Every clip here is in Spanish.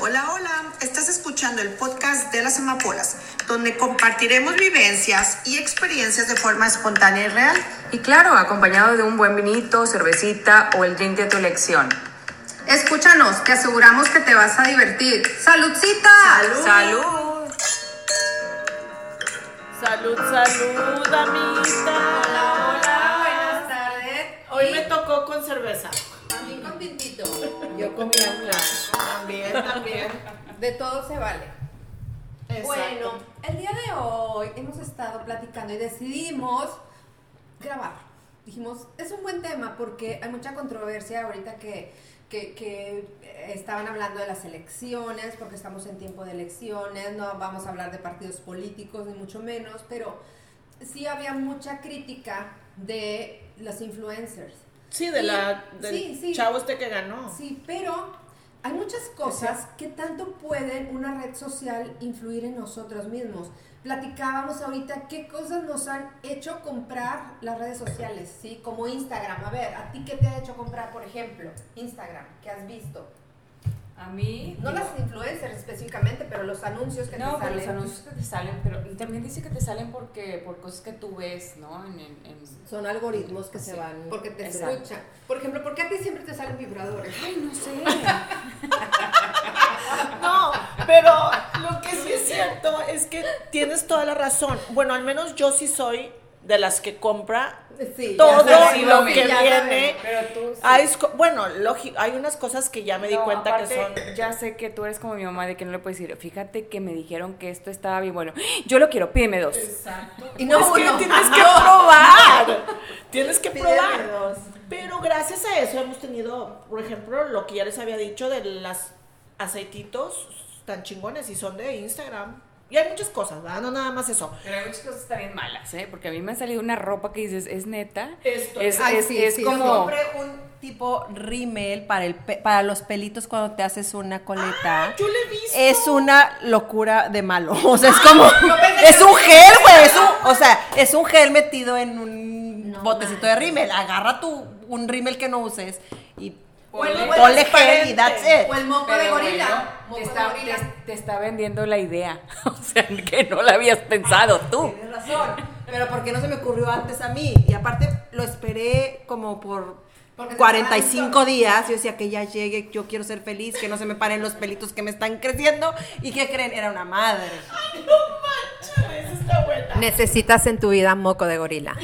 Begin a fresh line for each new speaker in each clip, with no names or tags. Hola, hola, estás escuchando el podcast de las amapolas, donde compartiremos vivencias y experiencias de forma espontánea y real.
Y claro, acompañado de un buen vinito, cervecita o el drink de tu elección.
Escúchanos, te aseguramos que te vas a divertir. ¡Saludcita!
¡Salud! ¡Salud!
Salud, salud, amita.
Hola, hola, buenas tardes.
Hoy me tocó con cerveza.
A mí con pintito.
Yo comí agua.
También, también.
De todo se vale.
Exacto.
Bueno, el día de hoy hemos estado platicando y decidimos grabar. Dijimos, es un buen tema porque hay mucha controversia ahorita que, que, que, eh, estaban hablando de las elecciones, porque estamos en tiempo de elecciones, no vamos a hablar de partidos políticos ni mucho menos, pero sí había mucha crítica de los influencers.
Sí, de
Y-
la, del
sí, sí.
chavo este que ganó.
Sí, pero hay muchas cosas que tanto pueden una red social influir en nosotros mismos. Platicábamos ahorita qué cosas nos han hecho comprar las redes sociales, ¿sí? Como Instagram. A ver, ¿a ti qué te ha hecho comprar, por ejemplo? Instagram, ¿qué has visto?
A mí.
No
digo,
las influencers específicamente, pero los anuncios que
No,
te
pero
salen.
los anuncios que te salen, pero también dice que te salen porque por cosas que tú ves, ¿no? En, en- en-
Son algoritmos que se
Sí,
van.
Porque te
Exacto.
escuchan. Por ejemplo, ¿por qué a ti siempre te salen vibradores?
Ay, no sé.
No, pero lo que sí es cierto es que tienes toda la razón. Bueno, al menos yo sí soy de las que compra
Sí.
todo
ya sabes,
lo que
ya
viene.
Pero tú.
Hay co- bueno, lógico, hay unas cosas que ya me di
No,
cuenta que son...
aparte, Ya sé que tú eres como mi mamá de que no le puedes decir, fíjate que me dijeron que esto estaba bien bueno. Yo lo quiero, pídeme dos.
Y no,
es que
uno.
tienes que probar. Tienes que
Pídeme
probar.
dos.
Pero gracias a eso hemos tenido, por ejemplo, lo que ya les había dicho de las aceititos tan chingones y son de Instagram. Y hay muchas cosas, ¿verdad? No nada más eso.
Pero hay muchas cosas también malas, ¿eh? Porque a mí me ha salido una ropa que dices, es neta.
Esto.
Es,
Ay,
es,
sí,
es
sí, yo
como.
compré un tipo rímel para, el pe- para los pelitos cuando te haces una coleta.
Ah, Yo le he visto. Ah,
es una locura de malo. O sea, es como. Es un gel, güey. Es un, o sea, es un gel metido en un botecito de rímel. Agarra tu un rímel que no uses y
Ponle-
ponle gel y that's it.
O el moco de
Pero bueno,
gorila.
te,
Moco de
está,
gorila.
te- te está vendiendo la idea. O sea, que no la habías pensado tú.
Tienes razón. Pero ¿por qué no se me ocurrió antes a mí? Y aparte lo esperé como por
Porque
45 días. Yo decía que ya llegue, yo quiero ser feliz, que no se me paren los pelitos que me están creciendo. ¿Y qué creen? Era una madre.
Esa está buena.
Necesitas en tu vida moco de gorila.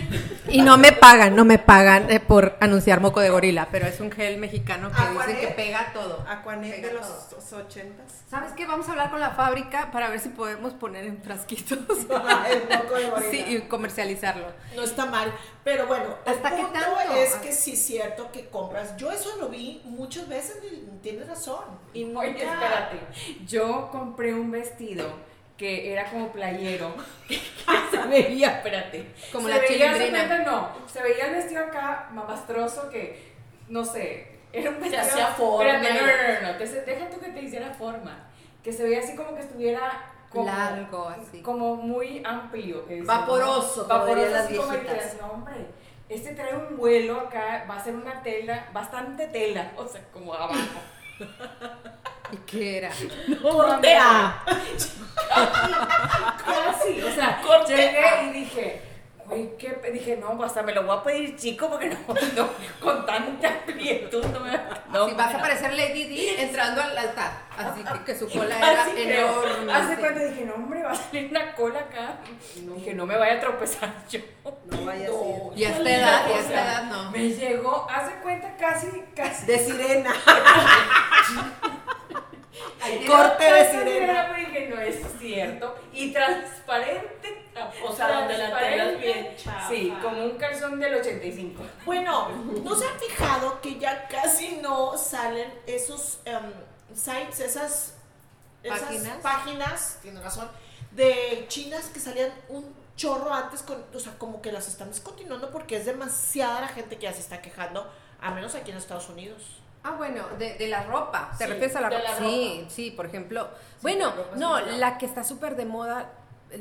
Y no me pagan, no me pagan eh, por anunciar moco de gorila, pero es un gel
Ah,
mexicano que
Aquanet.
dice que pega todo.
Aquanet
Pega todo.
80
¿Sabes qué? Vamos a hablar con la fábrica para ver si podemos poner en frasquitos.
El moco de gorila.
Sí, y comercializarlo.
No está mal, pero bueno,
¿Hasta
el
qué
punto
tanto?
es que sí es cierto que compras. Yo eso lo vi muchas veces y tienes razón.
Y no, espérate. Yo compré un vestido que era como playero. que se veía, espérate.
Como
se
la
veía, hace
chilindrina.
cuenta, no. Se veía el vestido acá mamastroso que, no sé, era un vestido.
hacía forma.
Espérate, no, no, no, no. te- deja tú que te hiciera forma. Que se veía así como que estuviera. Como,
Largo, así.
Como muy amplio. Que dices,
Vaporoso,
¿no?
como
Vaporoso,
dirían las
así como que
viejitas.
dices, no, hombre. Este trae un vuelo acá, va a ser una tela, bastante tela, o sea, como abajo.
¿Y qué era?
Corte A.
así, o sea,
Corte.
llegué y dije, güey, ¿qué? pe-?" Dije, no, hasta me lo voy a pedir chico porque no, no, con tanta plietud no me no,
si vas a
no.
parecer Lady D entrando al altar. Así Ah, que, que su cola era
Así creo.
enorme.
Hace
sí.
cuenta dije, no, hombre, va a salir una cola acá. Dije, no me vaya a tropezar yo.
No vaya a ser.
Y a esta edad, y a
O
esta
sea,
edad no.
Me llegó, hace cuenta casi, casi.
De sirena.
Ahí tiene-
Corte de
Tanta
sirena.
pero pues, dije, no es cierto. Y transparente.
O sea, donde la tela es bien chafa.
Sí, como un calzón del 85.
Bueno, ¿no se han fijado que ya casi no salen esos em, sites, esas, esas
Páginas.
páginas, tiene razón, de chinas que salían un chorro antes, con, o sea, como que las están descontinuando porque es demasiada la gente que ya se está quejando, a menos aquí en Estados Unidos.
Ah, bueno, de, de la ropa. ¿Te
Sí,
refieres a la
de
ropa?
la
Sí, sí, por ejemplo. bueno,
la ropa es
no,
muy
la que está súper de moda,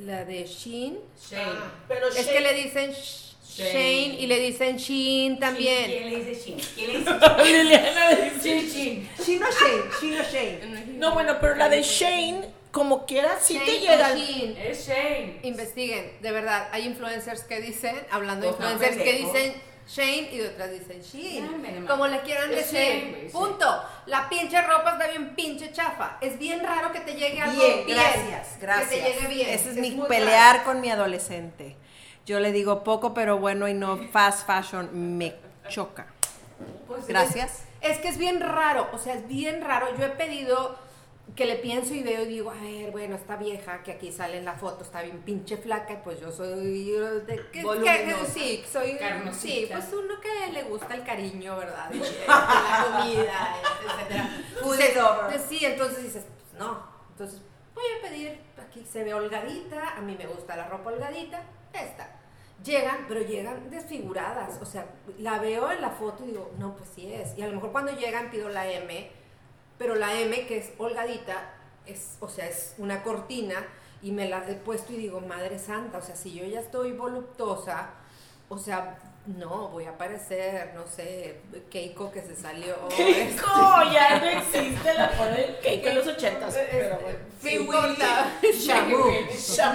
la de Shein.
Ah, pero
Es
Shein-
que le dicen sh-
Shane.
Shane y le dicen Shein también.
¿Quién le dice Shin? ¿Quién le dice Shin? Liliana dice Shin. Shin.
Shino Shane, Shino Shane.
No, bueno, pero la de Shane, como quiera, sí
Shane pues
te
o
llega.
Shein.
Es Shane.
Investiguen, de verdad, hay influencers que dicen, hablando de
Ojo,
influencers, que
pendejo.
dicen Shane y otras dicen Shein.
Dame,
Como le quieran
Es Shein,
decir.
güey, sí.
Punto. La pinche ropa está bien pinche chafa. Es bien raro que te llegue algo
Bien,
bien.
gracias, gracias.
Que te llegue bien.
Ese es, mi
muy
pelear con mi adolescente. Yo le digo poco, pero bueno y no fast fashion me choca.
Pues,
Gracias.
Es que es bien raro, o sea, es bien raro. Yo he pedido que le pienso y veo y digo, a ver, bueno, esta vieja que aquí sale en la foto está bien pinche flaca, y pues yo soy eh, de que-
Voluminosa,
que- sí, soy
carnosita.
sí, pues uno que le gusta el cariño, ¿verdad? Y, eh, la comida, etcétera.
Food
Sí,
is over.
pues, sí, entonces dices, pues, no. Entonces, voy a pedir aquí se ve holgadita, a mí me gusta la ropa holgadita, esta. Llegan, pero llegan desfiguradas. O sea, la veo en la foto y digo, no, pues sí es. Y a lo mejor cuando llegan pido la M, pero la M que es holgadita, es, o sea, es una cortina y me la he puesto y digo, madre santa, o sea, si yo ya estoy voluptuosa, o sea, no, voy a parecer, no sé, Keiko que se salió.
Keiko, ya no existe la forma de Keiko en los ochentas. Pero
Este,
bueno.
Sí, importa.
Shamu.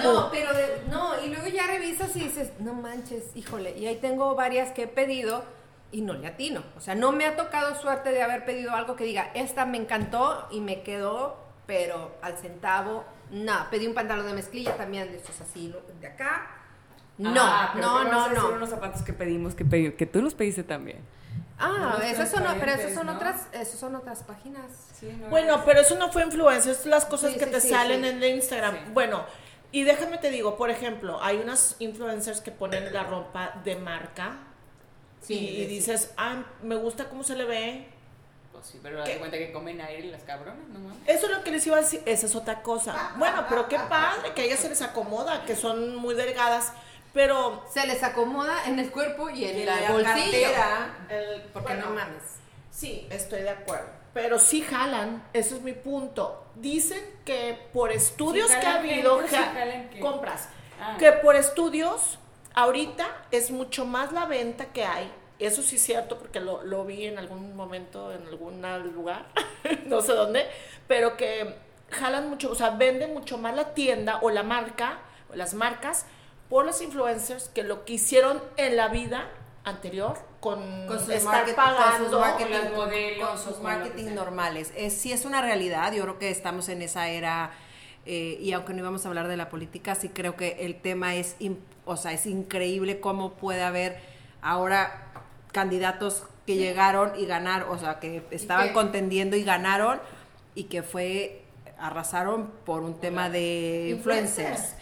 No, pero de- no, y luego ya revisas y dices, no manches, híjole, y ahí tengo varias que he pedido y no le atino. O sea, no me ha tocado suerte de haber pedido algo que diga, esta me encantó y me quedó, pero al centavo, nada. Pedí un pantalón de mezclilla también, de estos así, lo- de acá. No,
Ah, pero
no,
te vamos
no,
a decir
no.
unos zapatos que pedimos.
que, pedi- que tú los pediste también.
Ah,
unos
esas son, pero esas
transparentes,
son
¿no?
otras, esas son otras páginas.
Bueno, pero eso no fue influencia, es las cosas
Sí,
que
sí,
te
sí,
salen
sí.
en el Instagram. Bueno, y déjame te digo, por ejemplo, hay unas influencers que ponen la ropa de marca
Sí,
y, y
sí.
dices, ah, me gusta cómo se le ve.
Pues sí, pero date cuenta que comen aire las cabronas, no mames.
Eso es lo que les iba a decir, esa es otra cosa. Bueno, pero qué padre que a ellas se les acomoda, que son muy delgadas, pero...
Se les acomoda en el cuerpo y en,
Y en
la,
la
bolsilla.
cartera,
Porque
bueno,
no mames.
Sí, estoy de acuerdo. Pero sí jalan, ese es mi punto. Dicen que por estudios
Sí
que ha
jalan,
habido,
¿qué? Sí
ja-
jalan, ¿qué?
compras,
Ah.
que por estudios, ahorita es mucho más la venta que hay. Eso sí es cierto porque lo, lo vi en algún momento, en algún lugar, no sé dónde, pero que jalan mucho, o sea, vende mucho más la tienda o la marca, o las marcas, por los influencers que lo que hicieron en la vida anterior con,
Con sus
estar
market- con sus
pagando.
marketing-
las modelos,
con sus
o con lo que
marketing
sea.
normales. Es, sí es una realidad, yo creo que estamos en esa era eh, y aunque no íbamos a hablar de la política, sí creo que el tema es, im- o sea, es increíble cómo puede haber ahora candidatos que llegaron y ganaron, o sea, que estaban
que-
contendiendo y ganaron y que fue arrasaron por un tema de influencers.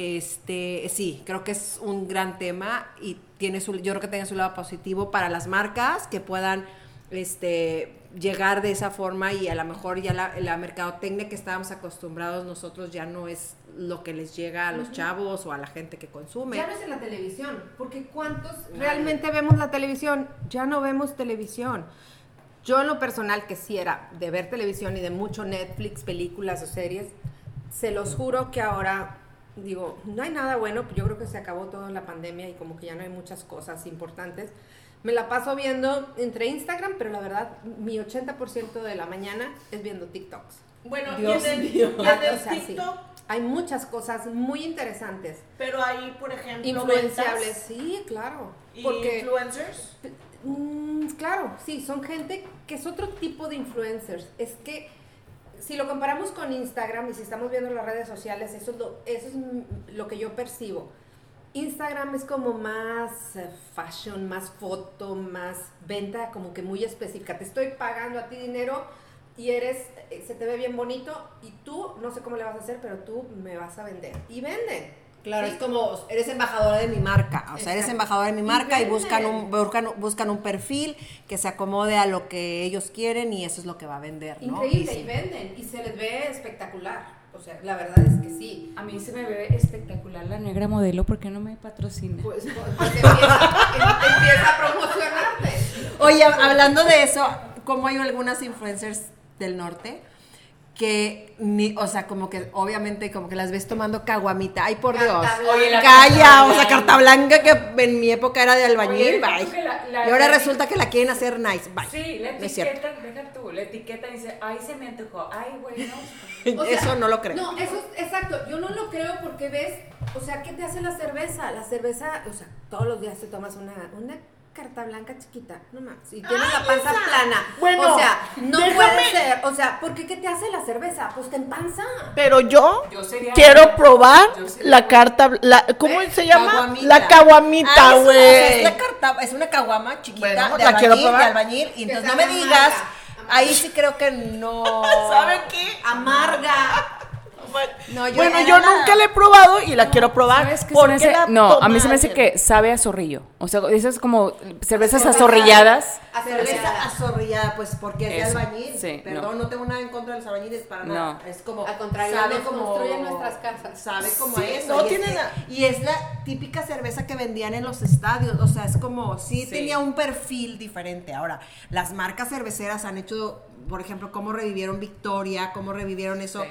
Este, sí, creo que es un gran tema y tiene su, yo creo que tiene su lado positivo para las marcas que puedan este, llegar de esa forma y a lo mejor ya la, la mercadotecnia que estábamos acostumbrados nosotros ya no es lo que les llega a los chavos o a la gente que consume.
Ya no es en la televisión, porque ¿cuántos realmente vemos la televisión? Ya no vemos televisión. Yo en lo personal que sí era de ver televisión y de mucho Netflix, películas o series, se los juro que ahora digo, no hay nada bueno, yo creo que se acabó toda la pandemia y como que ya no hay muchas cosas importantes. Me la paso viendo entre Instagram, pero la verdad mi 80% de la mañana es viendo TikToks.
Bueno,
Dios
y en el,
mío.
y en el
O sea, sí,
TikTok,
Hay muchas cosas muy interesantes.
pero ahí, por ejemplo,
Influenciables,
ventas
sí, claro.
y
Porque,
influencers.
mm, claro, sí, son gente que es otro tipo de influencers. Es que si lo comparamos con Instagram y si estamos viendo las redes sociales, eso es lo, eso es mm, lo que yo percibo. Instagram es como más eh, fashion, más foto, más venta, como que muy específica. Te estoy pagando a ti dinero y eres, eh, se te ve bien bonito y tú, no sé cómo le vas a hacer, pero tú me vas a vender. Y venden.
Claro,
Sí.
es como eres embajadora de mi marca, o sea, eres
Exacto.
embajadora de mi
Y
marca y
venden.
buscan un buscan, buscan un perfil que se acomode a lo que ellos quieren y eso es lo que va a vender, ¿no?
Increíble,
Y sí.
y venden, y se les ve espectacular. O sea, la verdad es que sí.
A mí se me ve espectacular la negra modelo, ¿por qué no me patrocina?
Pues, pues, empieza, em- empieza a promocionarte.
Oye, hab- hablando de eso, ¿cómo hay algunas influencers del norte que ni, o sea, como que obviamente como que las ves tomando caguamita, ay por Dios.
blanca.
Oye, la
Calla,
carta
o sea,
blanca.
carta blanca que en mi época era de
Oye,
albañil,
deja
bye.
tú que la- la-
y ahora
la-
resulta que la quieren hacer nice, bye.
Sí, la
No es cierto.
etiqueta, deja tú, la etiqueta dice, ay, se me antojó, ay, bueno.
O sea,
eso no lo creo.
No, eso es exacto. Yo no lo creo porque ves, o sea, ¿qué te hace la cerveza? La cerveza, o sea, todos los días te tomas una, una carta blanca chiquita, no más. Y tienes la panza plana.
Bueno,
o sea, no
déjame-
puede ser. O sea, ¿por qué qué te hace la cerveza? Pues te empanza.
Pero yo,
Yo sería-
quiero probar
yo sería-
la carta, la, ¿cómo se llama?
Caguamita.
La
Ah,
caguamita,
es- o sea,
güey.
Es, la carta, es una caguama chiquita
Bueno,
de,
la quiero
albañil, de
probar.
albañil, y entonces no me
sabe
digas,
amarga.
ahí sí creo que no.
¿Sabe qué?
Amarga.
No, yo-
bueno,
era
yo
nada.
nunca la he probado y la quiero probar.
¿Sabes qué se
¿Por
me
qué
hace?
la
No, a mí se me hace
tomaron?
que sabe a zorrillo. O sea, esas como cervezas azorrilladas.
A
Cerveza
cerveza.
azorrillada, pues porque es de
Eso,
albañil.
sí,
Perdón, no.
no.
tengo nada en contra de los albañiles para
No.
nada. Es como.
Al contrario, nos construyen nuestras casas.
Sabe como
Sí,
eso.
no
y,
tiene
es que-
nada.
y es la típica cerveza que vendían en los estadios. O sea, es como. Sí, tenía un perfil diferente. Ahora, las marcas cerveceras han hecho, por ejemplo, cómo revivieron Victoria, cómo revivieron eso.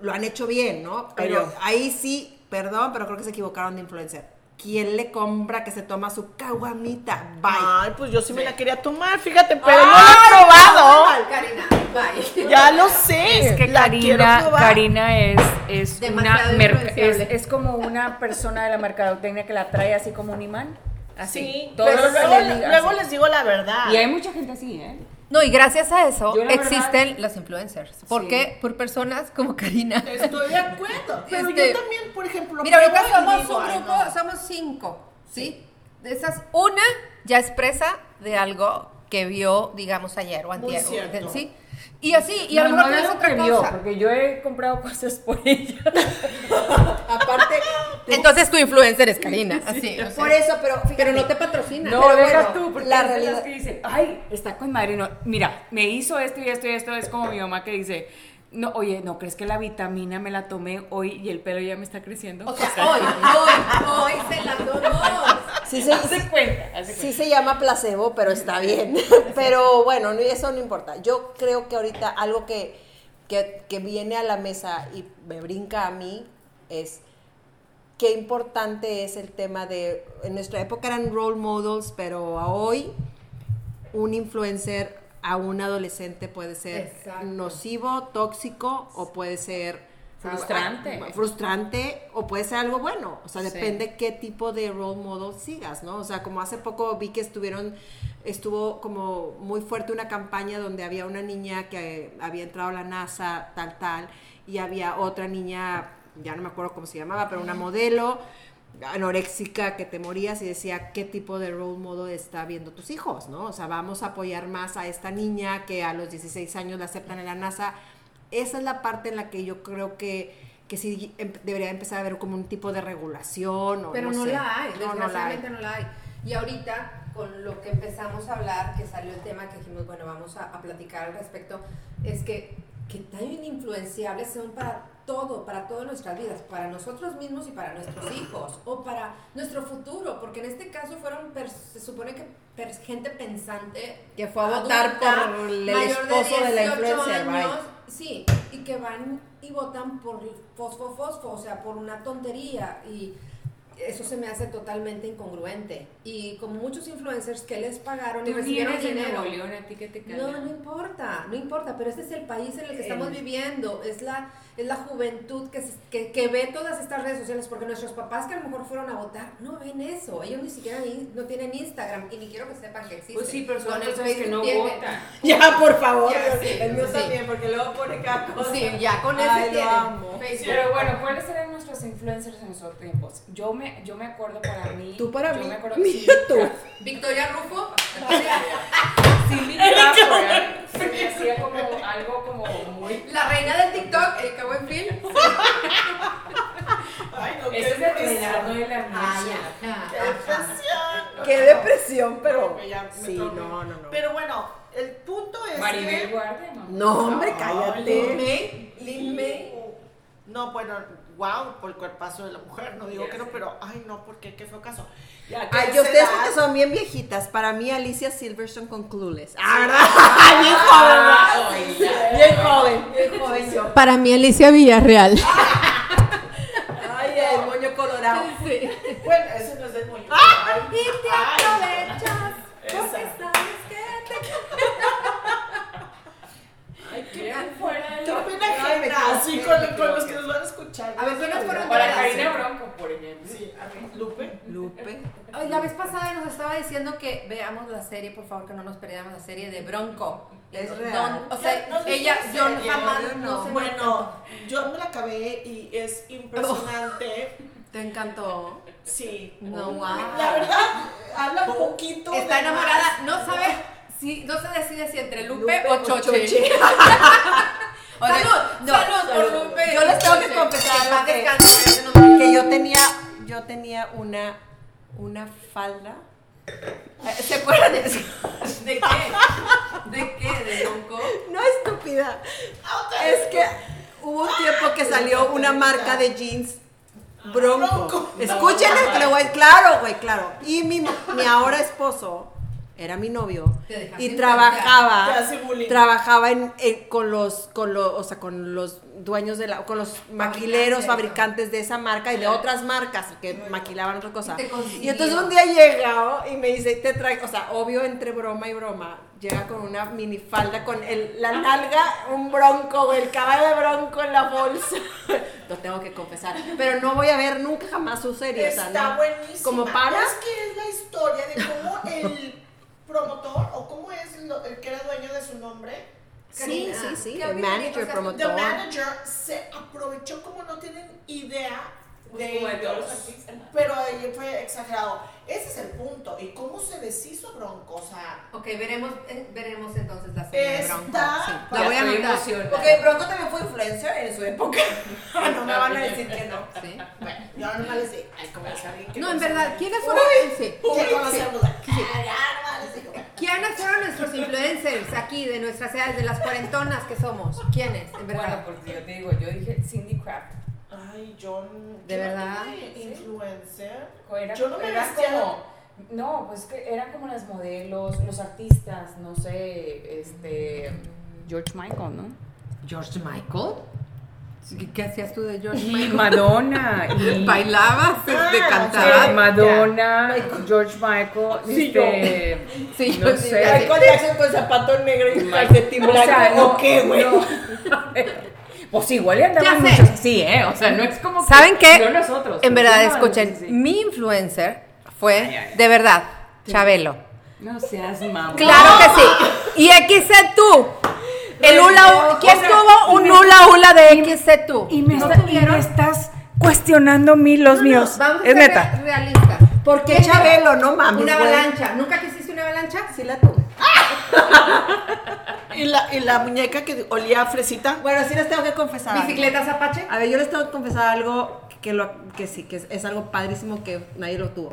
Lo han hecho bien, ¿no? Pero
Oye.
ahí sí, perdón, pero creo que se equivocaron de influencer. ¿Quién le compra que se toma su caguamita? Bye.
Ay, pues yo sí me la quería tomar, fíjate, pero no la he
¡Ay,
probado.
Karina, bye.
Ya lo sé.
Es que
Eh, la quiero
Karina,
probar.
Karina es, es, una
Demasiado
merca- es,
influenciable.
es como una persona de la mercadotecnia que la trae así como un imán. Así.
Sí,
Todo
pero
lo que
luego,
le diga,
luego
así.
les digo la verdad.
Y hay mucha gente así, ¿eh?
No, y gracias a eso
Yo, la verdad-
existen las influencers. ¿Por
Sí.
qué? Por personas como Karina.
Estoy de acuerdo. Pero
Este,
yo también, por ejemplo,
Mira, ahorita
pruebo y
somos
digo,
un
"Ay,
grupo,
no".
somos cinco, ¿sí? De esas, una ya es presa de algo que vio, digamos, ayer o antier, o-
cierto.
¿sí? Y así, y a lo
No,
mejor
no
no, es
algo
otra
que
cosa.
vio, porque yo he comprado cosas por ella.
Aparte,
Entonces tu influencer es Karina, así. o sea,
por eso, pero fíjate,
pero no te patrocina.
No,
Pero
deja
bueno,
tú, porque
la
es de las
realidad-
que dicen, ay, está con madre, no, mira, me hizo esto y esto y esto, es como mi mamá que dice, no, oye, ¿no crees que la vitamina me la tomé hoy y el pelo ya me está creciendo?
O sea, hoy, hoy, hoy se las dos.
sí se,
Hace cuenta, hace
sí se llama placebo, pero está bien. Pero bueno, no- eso no importa. Yo creo que ahorita algo que, que, que viene a la mesa y me brinca a mí es qué importante es el tema de, en nuestra época eran role models, pero a hoy un influencer a un adolescente puede ser
Exacto.
nocivo, tóxico o puede ser
Frustrante.
Ah, frustrante o puede ser algo bueno, o sea, depende qué tipo de role model sigas, ¿no? O sea, como hace poco vi que estuvieron estuvo como muy fuerte una campaña donde había una niña que había entrado a la NASA tal tal y había otra niña, ya no me acuerdo cómo se llamaba, pero una modelo anoréxica que te morías y decía qué tipo de role model está viendo tus hijos, ¿no? O sea, vamos a apoyar más a esta niña que a los 16 años la aceptan en la NASA. Esa es la parte en la que yo creo que, que sí em- debería empezar a haber como un tipo de regulación o
Pero no,
sé.
la hay,
No, no la hay.
desgraciadamente no la, hay. Y ahorita, con lo que empezamos a hablar, que salió el tema que dijimos, bueno, vamos a, a platicar al respecto, es que, que tan influenciables son para todo, para todas nuestras vidas, para nosotros mismos y para nuestros hijos, o para nuestro futuro, porque en este caso fueron, pers- se supone que pers- gente pensante
Que fue a votar por el
mayor
esposo de la
18
influencer, right.
años, Sí, y que van y votan por fosfo, fosfo, o sea, por una tontería. Y eso se me hace totalmente incongruente. Y como muchos influencers que les pagaron y recibieron dinero. No, no importa, no importa, pero este es el país en el que estamos viviendo, es la, es la juventud que, se- que, que ve todas estas redes sociales, porque nuestros papás que a lo mejor fueron a votar no ven eso, ellos ni siquiera in- no tienen Instagram y ni quiero que sepan que existe.
Pues sí, pero son
Con el
personas que
Facebook
no
tienen.
votan.
Ya, por favor.
Ya, sí,
el mío
sí.
también, porque luego pone cada cosa.
Sí, ya con eso
Ay, lo
tienen.
amo.
Facebook.
Pero bueno, ¿cuáles eran nuestros influencers en esos tiempos? Yo me, yo me acuerdo para mí.
Tú para
yo
mí.
Me acuerdo,
Mira
sí,
tú.
Victoria Rufo,
Cindy Crawford, ¿eh? Se me hacía como algo como muy.
la reina del TikTok, Erika Buenfil.
Ay, no, qué
Ese es el reinado de la
Ay,
música.
Qué depresión.
Qué depresión, pero.
Ay, ya me
Sí,
traumé.
no, no, no.
Pero bueno, el punto es
Maribel
que...
Guardia, ¿no?
No, hombre,
Ay,
cállate.
May, Lin May.
No, bueno, wow por el cuerpazo de la mujer, no digo que no, pero ay no, porque qué feo caso. Ya que
Ay,
a
yo
esa
ustedes
edad-
que son bien viejitas. Para mí, Alicia Silverstone con Clueless.
Ah, ¿verdad? Ay, bien joven, ¿verdad? Bien joven.
Para mí, Alicia Villarreal.
Ay, el moño colorado.
Bueno, eso no es el moño.
Y te
Ay.
aprovechas porque
Esa.
sabes que te
Qué pena ajena, así con, con los que nos van a escuchar.
A ver, ¿quiénes fueron
Para
Ahora
Karina Bronco, por ejemplo.
Sí, a ver, Lupe.
Lupe.
Ay, La vez pasada nos estaba diciendo que veamos la serie, por favor, que no nos perdiéramos la serie de Bronco.
Es
Don-
real.
o sea,
Ya, no sé
ella,
si
yo
serie,
jamás
yo
no,
no.
sé.
Bueno, yo me la acabé y es impresionante.
Te encantó.
Sí.
No, wow.
La verdad, habla un poquito.
Está
de
enamorada,
más.
no sabe si, no se decide si entre Lupe,
Lupe
o
o
Choche.
Choche.
Oye, salud,
no,
salud por
salud.
Lupe.
Yo les tengo que
Choche.
confesar
Que paz
que-
descanse, ese no me-
que yo tenía, yo tenía una, una falda. Eh, ¿Se acuerdan de eso?
¿De qué? ¿De qué? ¿De Bronco?
No estúpida. Es que hubo un tiempo que salió una marca de jeans.
Ah,
Bronco. Escúchenle que le voy a- Claro, güey, claro. Y mi, mi ahora esposo era mi novio
Te dejaste
y
influenciar.
trabajaba
Te hace bullying.
trabajaba en, en- con los con los o sea, con los dueños de la con los maquileros,
eso.
fabricantes de esa marca y de otras marcas que maquilaban otra cosa.
Y te consiguió.
Y entonces un día llega y me dice, "Te traigo", o sea, obvio entre broma y broma, llega con una minifalda con el- la
Ah.
nalga un bronco, güey, el caballo de bronco en la bolsa. Lo tengo que confesar, pero no voy a ver nunca jamás su serie, o sea,
Está
no.
buenísimo.
Como para
Es que es la historia de cómo el promotor o cómo es lo- el que era dueño de su nombre.
Sí,
Karina,
sí, sí,
Ah, ¿qué
el
opinas? O
manager,
sea,
The
promotor.
manager se aprovechó como no tienen idea de
como de
ellos,
todos los artistas.
pero ahí fue exagerado. Ese es el punto. ¿Y cómo se deshizo Bronco? O sea,
Ok, veremos, eh, veremos entonces la serie de Bronco.
está...
La voy a anotar.
Porque Bronco también fue influencer en su época. no me van a decir que no.
Sí.
Bueno, yo nomás les digo, ay, como es alguien que
No, en
conoce-
verdad, ¿quiénes fueron? Sí.
que conocemos la cara, nomás les digo, bueno.
¿Quiénes fueron nuestros influencers aquí de nuestras edades, de las cuarentonas que somos? ¿Quiénes? En
Bueno,
verdad.
porque yo te digo, yo dije Cindy Craft.
Ay, John.
¿De verdad?
Influencer.
Era,
Yo no me
era
vestía-
como, no, pues que eran como las modelos, los artistas, no sé, este, George Michael, ¿no?
George Michael.
¿Qué, qué hacías tú de George
Y
Michael?
Madonna. Y
Ah,
¿Bailabas? ¿Te
eh,
cantabas?
Madonna, George Michael, este,
Sí,
no
yo sí.
sé.
Jackson con zapato negro y calcetín
O sea, no,
No.
Pues igual le
Ya
andaban
sé.
muchos así, ¿eh? O sea, no es como que
¿Saben qué?
no nosotros.
En
no
verdad,
andaban
escuchen,
así.
mi influencer fue, de verdad, Chabelo.
No seas mamá.
Claro que sí. Y XC tú. El hula,
o
¿quién
sea,
tuvo un hula hula de XC tú?
Y me, está- y me estás cuestionando a mí los míos.
Vamos a
es
ser
neta.
re- realistas.
¿Por qué Chabelo? No mames.
Una
güey.
avalancha. ¿Nunca quisiste una avalancha?
Sí la tuve.
¿Y la, y la muñeca que olía a fresita.
Bueno, sí les tengo que confesar. algo.
¿Bicicletas Apache?
A ver, yo les tengo que confesar algo que, lo, que sí, que es, es algo padrísimo que nadie lo tuvo.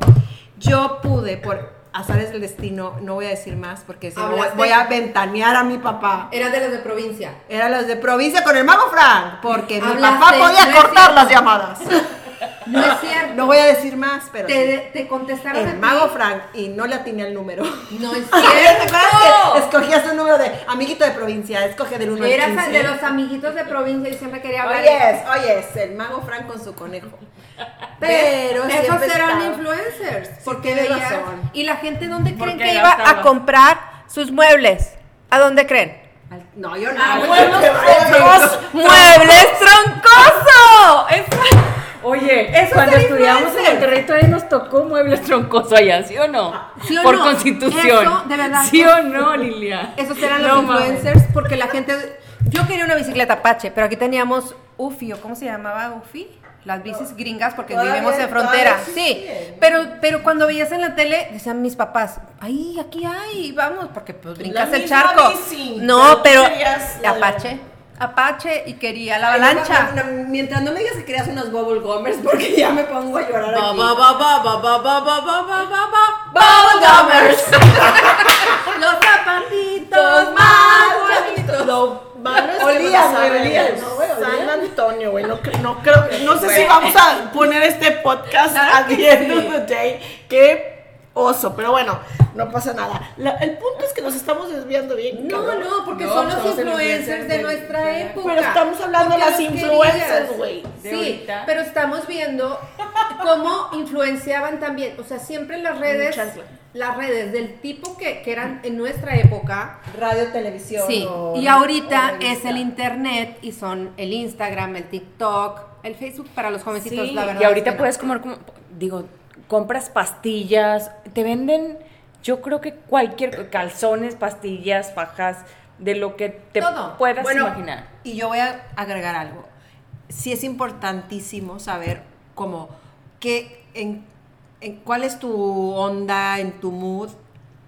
Yo pude, por azares del destino, no voy a decir más porque si no voy-
Hablaste-
voy a ventanear a mi papá.
Eras de los de provincia.
Eran los de provincia con el mago Frank, porque mi
Hablaste,
papá
no
podía
es
cortar
cierto.
las llamadas.
No es cierto.
No voy a decir más, pero sí.
Te, te contestaron a
el
ti.
mago Frank y no le atiné el número.
No es
¿Te acuerdas que
cierto.
escogías un número de amiguito de provincia? Escoge del 1 al 15.
Eras el de los amiguitos de provincia y siempre quería hablar.
Oye, es, oye, es el mago Frank con su conejo. Pero
esos
siempre Ah,
eran
estaba.
influencers. Porque
tienes
veías-
razón.
¿Y la gente dónde creen
Porque
que iba a
gastabas.
comprar sus muebles? ¿A dónde creen?
Al- No, yo no.
Ah,
¡Muebles troncoso! Es-
Oye,
Eso
cuando
es ser
estudiamos en
influencer.
Monterrey todavía nos tocó muebles troncoso allá, ¿sí o no?
Ah, ¿Sí o
Por
no?
constitución.
Eso, de verdad.
¿Sí o no, Lilia?
Esos eran
No
los
mames.
influencers porque la gente. Yo quería una bicicleta Apache, pero aquí teníamos Ufi, ¿o cómo se llamaba Ufi? Las bicis gringas porque
Todavía-
vivimos en
todavía
frontera. Sí,
existen.
pero, pero cuando veías en la tele decían mis papás, ay, aquí hay, vamos, porque pues brincas el
misma
charco.
bici,
no, pero
pero tú querías la de-
Apache, Apache y quería la
Lancha.
avalancha.
Mientras no me digas que creas unos bubble gummers porque ya me pongo a llorar
Ba,
aquí.
ba, ba, ba, ba, ba, ba, ba, ba, ba, ba, ba.
Bubble gummers.
Los zapatitos más bonitos.
Olía, güey, olía.
San Antonio. matrimonio, güey. No, cre- no creo, no sé si vamos a poner este podcast a the end of the day. Qué oso, pero bueno, no pasa nada. La- el punto es que nos estamos desviando bien.
No,
cabrón.
no, porque
No,
son
somos
los influencers
influencers
de
de-
nuestra
de-
época.
Pero estamos hablando de
Porque
las
los
influencers,
querías.
güey.
De
Sí,
ahorita.
pero estamos viendo cómo influenciaban también, o sea, siempre las redes,
Muchas.
las redes del tipo que, que eran en nuestra época,
Radio, televisión.
Sí,
o-
y
o
ahorita es
revista.
el internet y son el Instagram, el TikTok, el Facebook para los jovencitos,
Sí,
la verdad.
y ahorita
es que no.
puedes comer, como, digo, compras pastillas, te venden, yo creo que cualquier co- calzones, pastillas, fajas, de lo que te
Todo.
puedas
Bueno,
imaginar.
Y yo voy a agregar algo. Sí es importantísimo saber como qué, en, en cuál es tu onda, en tu mood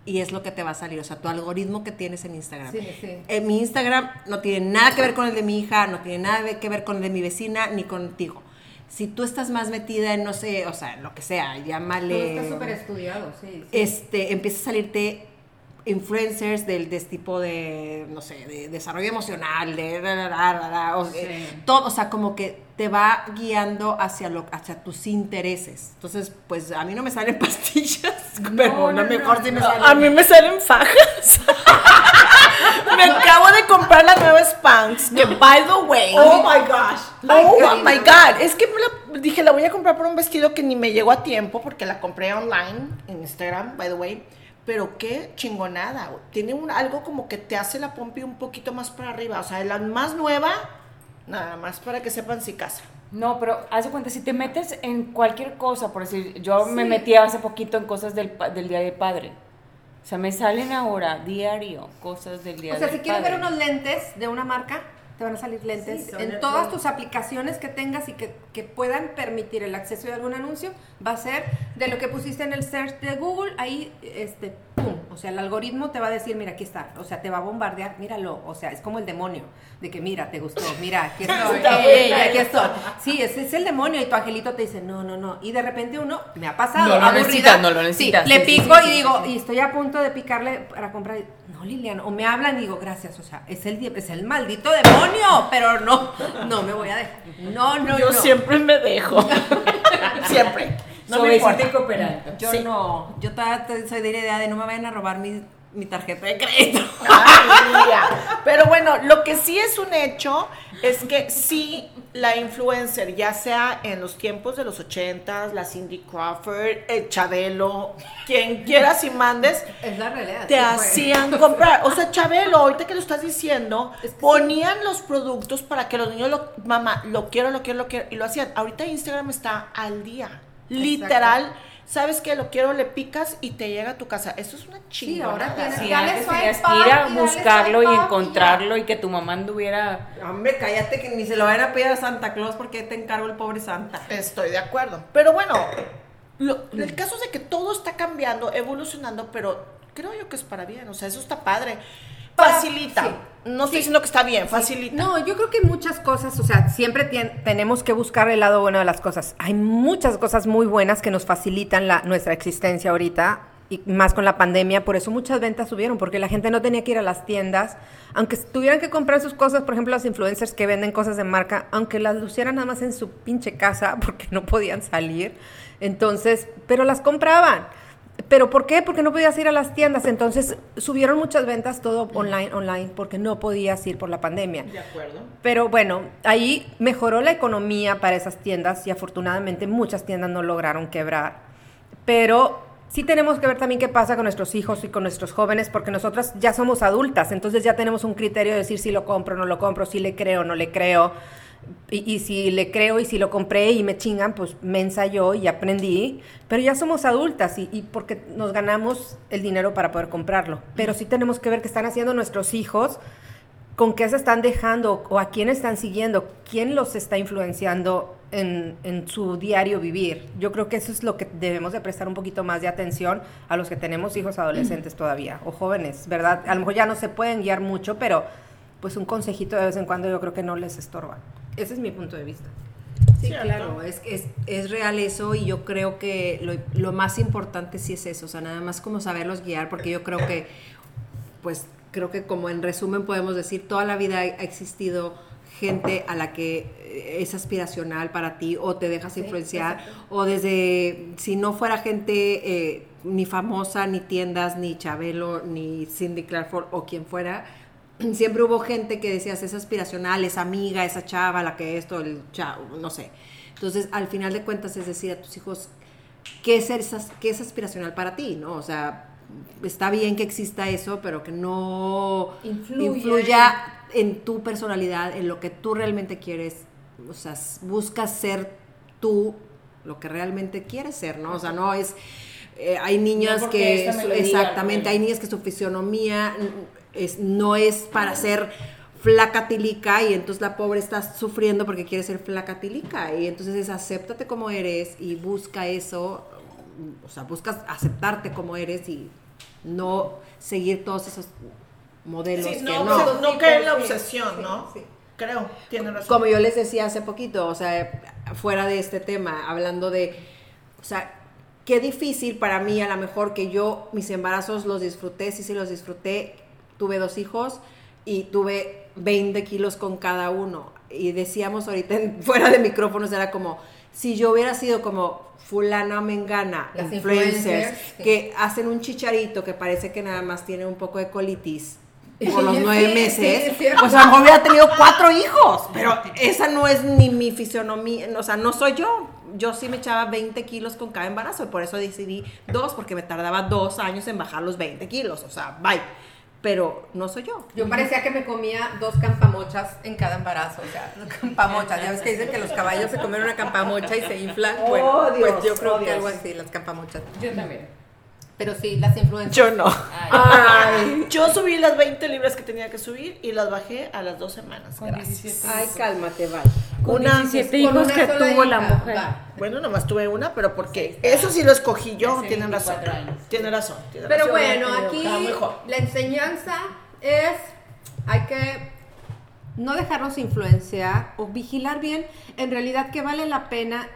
y es lo que te va a salir, o sea, tu algoritmo que tienes en Instagram.
Sí, sí.
Eh, mi Instagram no tiene nada que ver con el de mi hija, no tiene nada que ver con el de mi vecina ni contigo. Si tú estás más metida en, no sé, o sea, en lo que sea,
todo
llámale...
está súper estudiado, sí.
Eh,
sí.
este, empieza a salirte influencers del de este tipo de, no sé, de desarrollo emocional, de... ra, ra, ra, ra, ra, o, eh, todo, o sea, como que te va guiando hacia, lo, hacia tus intereses. Entonces, pues a mí no me salen pastillas, pero a lo mejor sí me salen...
A mí me salen fajas. me acabo de comprar la nueva Spanx. Que by the way. Oh my gosh. Oh my god. Es que me la- dije, la voy a comprar por un vestido que ni me llegó a tiempo porque la compré online en Instagram, by the way. Pero qué chingonada. güey. Tiene un, algo como que te hace la pompi un poquito más para arriba. O sea, la más nueva, nada más para que sepan si casa.
No, pero haz de cuenta, si te metes en cualquier cosa, por decir, yo me metí hace poquito en cosas del, pa- del Día del Padre. O sea, me salen ahora diario cosas del Día
O sea,
del
si quieres
Padre.
ver unos lentes de una marca, te van a salir lentes en todas tus aplicaciones que tengas y que, que puedan permitir el acceso de algún anuncio, va a ser de lo que pusiste en el search de Google, ahí este pum, o sea, el algoritmo te va a decir, mira, aquí está, o sea, te va a bombardear, míralo, o sea, es como el demonio de que mira, te gustó, mira, aquí estoy,
Está
ey,
buena
aquí estoy. Sí, ese es el demonio y tu angelito te dice, "No, no, no." Y de repente uno me ha pasado,
No lo
aburrida,
necesitas, no lo
sí,
necesitas,
le
sí, sí,
pico
sí,
y
sí,
digo,
sí, sí.
y estoy a punto de picarle para comprar. No, Liliana, o me hablan y digo, gracias, o sea, es el, die- es el maldito demonio, pero no, no me voy a dejar. No, no,
Yo
no.
siempre me dejo. siempre. No me
Suavecita
importa.
y cooperando.
Yo
Sí.
no, yo todavía te- soy de la idea de no me vayan a robar mi, mi tarjeta de crédito.
Ay, mira. Pero bueno, lo que sí es un hecho es que sí la influencer, ya sea en los tiempos de los 80s, la Cindy Crawford, el Chabelo, quien quieras y mandes,
es la realidad.
te
sí, güey.
hacían comprar. O sea, Chabelo, ahorita que lo estás diciendo,
Es que
ponían los productos para que los niños lo, mamá, lo quiero, lo quiero, lo quiero, y lo hacían. Ahorita Instagram está al día. Literal, sabes que lo quiero, le picas y te llega a tu casa. Eso es una
Sí, ahora
chingada.
tienes
Sí,
dale
antes
swipe
tenías
up
que ir a
y dale
buscarlo y
swipe up
encontrarlo y que tu mamá anduviera...
Hombre, cállate que ni se lo vayan a pedir a Santa Claus porque te encargo el pobre Santa.
Estoy de acuerdo. Pero bueno, lo- el caso es de que todo está cambiando, evolucionando, pero creo yo que es para bien. O sea, eso está padre. Facilita.
sí,
No estoy diciendo que está bien, facilita.
No, yo creo que muchas cosas, o sea, siempre tien- tenemos que buscar el lado bueno de las cosas. Hay muchas cosas muy buenas que nos facilitan la, nuestra existencia ahorita, y más con la pandemia, por eso muchas ventas subieron, porque la gente no tenía que ir a las tiendas, aunque tuvieran que comprar sus cosas, por ejemplo, las influencers que venden cosas de marca, aunque las lucieran nada más en su pinche casa, porque no podían salir, entonces, pero las compraban. ¿Pero por qué? Porque no podías ir a las tiendas. Entonces subieron muchas ventas todo online, online, porque no podías ir por la pandemia. De acuerdo. Pero bueno, ahí mejoró la economía para esas tiendas y afortunadamente muchas tiendas no lograron quebrar. Pero sí tenemos que ver también qué pasa con nuestros hijos y con nuestros jóvenes, porque nosotras ya somos adultas, entonces ya tenemos un criterio de decir si lo compro o no lo compro, si le creo o no le creo. Y, y si le creo y si lo compré y me chingan, pues me ensayó y aprendí. Pero ya somos adultas y, y porque nos ganamos el dinero para poder comprarlo. Pero sí tenemos que ver qué están haciendo nuestros hijos, con qué se están dejando o a quién están siguiendo, quién los está influenciando en, en su diario vivir. Yo creo que eso es lo que debemos de prestar un poquito más de atención a los que tenemos hijos adolescentes todavía o jóvenes, ¿verdad? A lo mejor ya no se pueden guiar mucho, pero pues un consejito de vez en cuando yo creo que no les estorba. Ese es mi punto de vista.
Sí, claro, es, es, es real eso y yo creo que lo, lo más importante sí es eso, o sea, nada más como saberlos guiar, porque yo creo que, pues, creo que como en resumen podemos decir, toda la vida ha existido gente a la que
eh, es aspiracional para ti o te dejas influenciar o desde si no fuera gente eh, ni famosa, ni tiendas, ni Chabelo, ni Cindy Clarkford o quien fuera, siempre hubo gente que decías es aspiracional, es amiga, esa chava, la que esto, el chavo, no sé. Entonces, al final de cuentas es decir a tus hijos, qué es, esas- qué es aspiracional para ti, ¿no? O sea, está bien que exista eso, pero que no
Influya.
influya en tu personalidad, en lo que tú realmente quieres, o sea, s- buscas ser tú lo que realmente quieres ser, ¿no? O sea, no es eh, hay niñas
porque
que
esta me
su-
lo diga,
exactamente,
porque-
hay niñas que su fisionomía mm, es, no es para ser flaca tilica y entonces la pobre está sufriendo porque quiere ser flaca tilica y entonces es acéptate como eres y busca eso, mm, o sea, buscas aceptarte como eres y no seguir todos esos modelos
Sí,
que
no,
no.
no, no caer en la obsesión, ¿no? Creo, tiene razón.
Como yo les decía hace poquito, o sea, fuera de este tema, hablando de, o sea, qué difícil para mí, a lo mejor que yo mis embarazos los disfruté, sí, sí los disfruté, tuve dos hijos y tuve 20 kilos con cada uno. Y decíamos ahorita en- fuera de micrófonos, era como, si yo hubiera sido como fulana mengana,
Las
influencers,
influencers, sí.
que hacen un chicharito que parece que nada más tiene un poco de colitis por los
Sí,
nueve
sí,
meses,
es cierto.
o sea, pues a lo mejor hubiera tenido cuatro hijos, pero eh, esa no es ni mi fisionomía, o sea, no soy yo. Yo sí me echaba 20 kilos con cada embarazo, y por eso decidí dos, porque me tardaba dos años en bajar los 20 kilos, o sea, bye. Pero no soy yo.
Yo parecía que me comía dos campamochas en cada embarazo, o sea, campamochas. Ya ves que dicen que los caballos se comen una campamocha y se inflan. bueno, pues yo creo que algo así, las campamochas.
Yo también.
Pero sí, las influencias.
Yo no.
Ay,
Yo subí las 20 libras que tenía que subir y las bajé a las dos semanas. Gracias.
ay cálmate, Val.
Con
Una-
17 hijos que tuvo la mujer.
Bueno, nomás tuve una, pero porque eso sí lo escogí yo. Tienen razón. Tiene razón. tiene
Pero
razón.
bueno,
Yo
aquí
estaba muy joven.
la enseñanza es, hay que no dejarnos influenciar o vigilar bien en realidad que vale la pena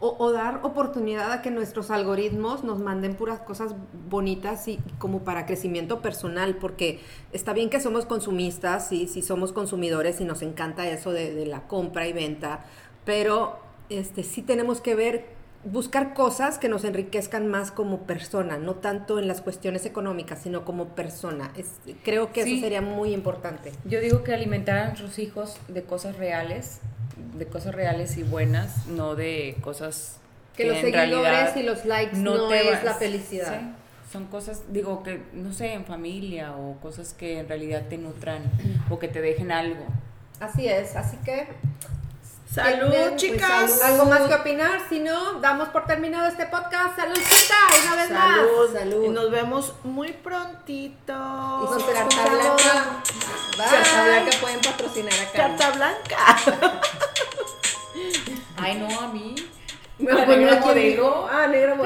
o, o dar oportunidad a que nuestros algoritmos nos manden puras cosas bonitas y como para crecimiento personal, porque está bien que somos consumistas y si somos consumidores y nos encanta eso de, de la compra y venta, pero este sí tenemos que ver buscar cosas que nos enriquezcan más como persona, no tanto en las cuestiones económicas, sino como persona. Es- creo que
Sí.
eso sería muy importante.
Yo digo que alimentar a nuestros hijos de cosas reales, de cosas reales y buenas, no de cosas
Que los
en
seguidores
realidad
y los likes no
te
es
vas-
la felicidad.
sí, Son cosas, digo, que no sé, en familia o cosas que en realidad te nutran o que te dejen algo.
Así es, así que...
Salud,
tienen, pues,
chicas.
salud. algo más que opinar, si no, damos por terminado este podcast. Saludcita, una vez
Salud.
más. Salud.
Y nos vemos muy prontito.
Y con
Nos
carta
escuchamos.
blanca. Carta blanca pueden patrocinar a Carmen.
Carta blanca.
Ay, no, a mí.
Me voy a poner aquí. Ah, negro modelo.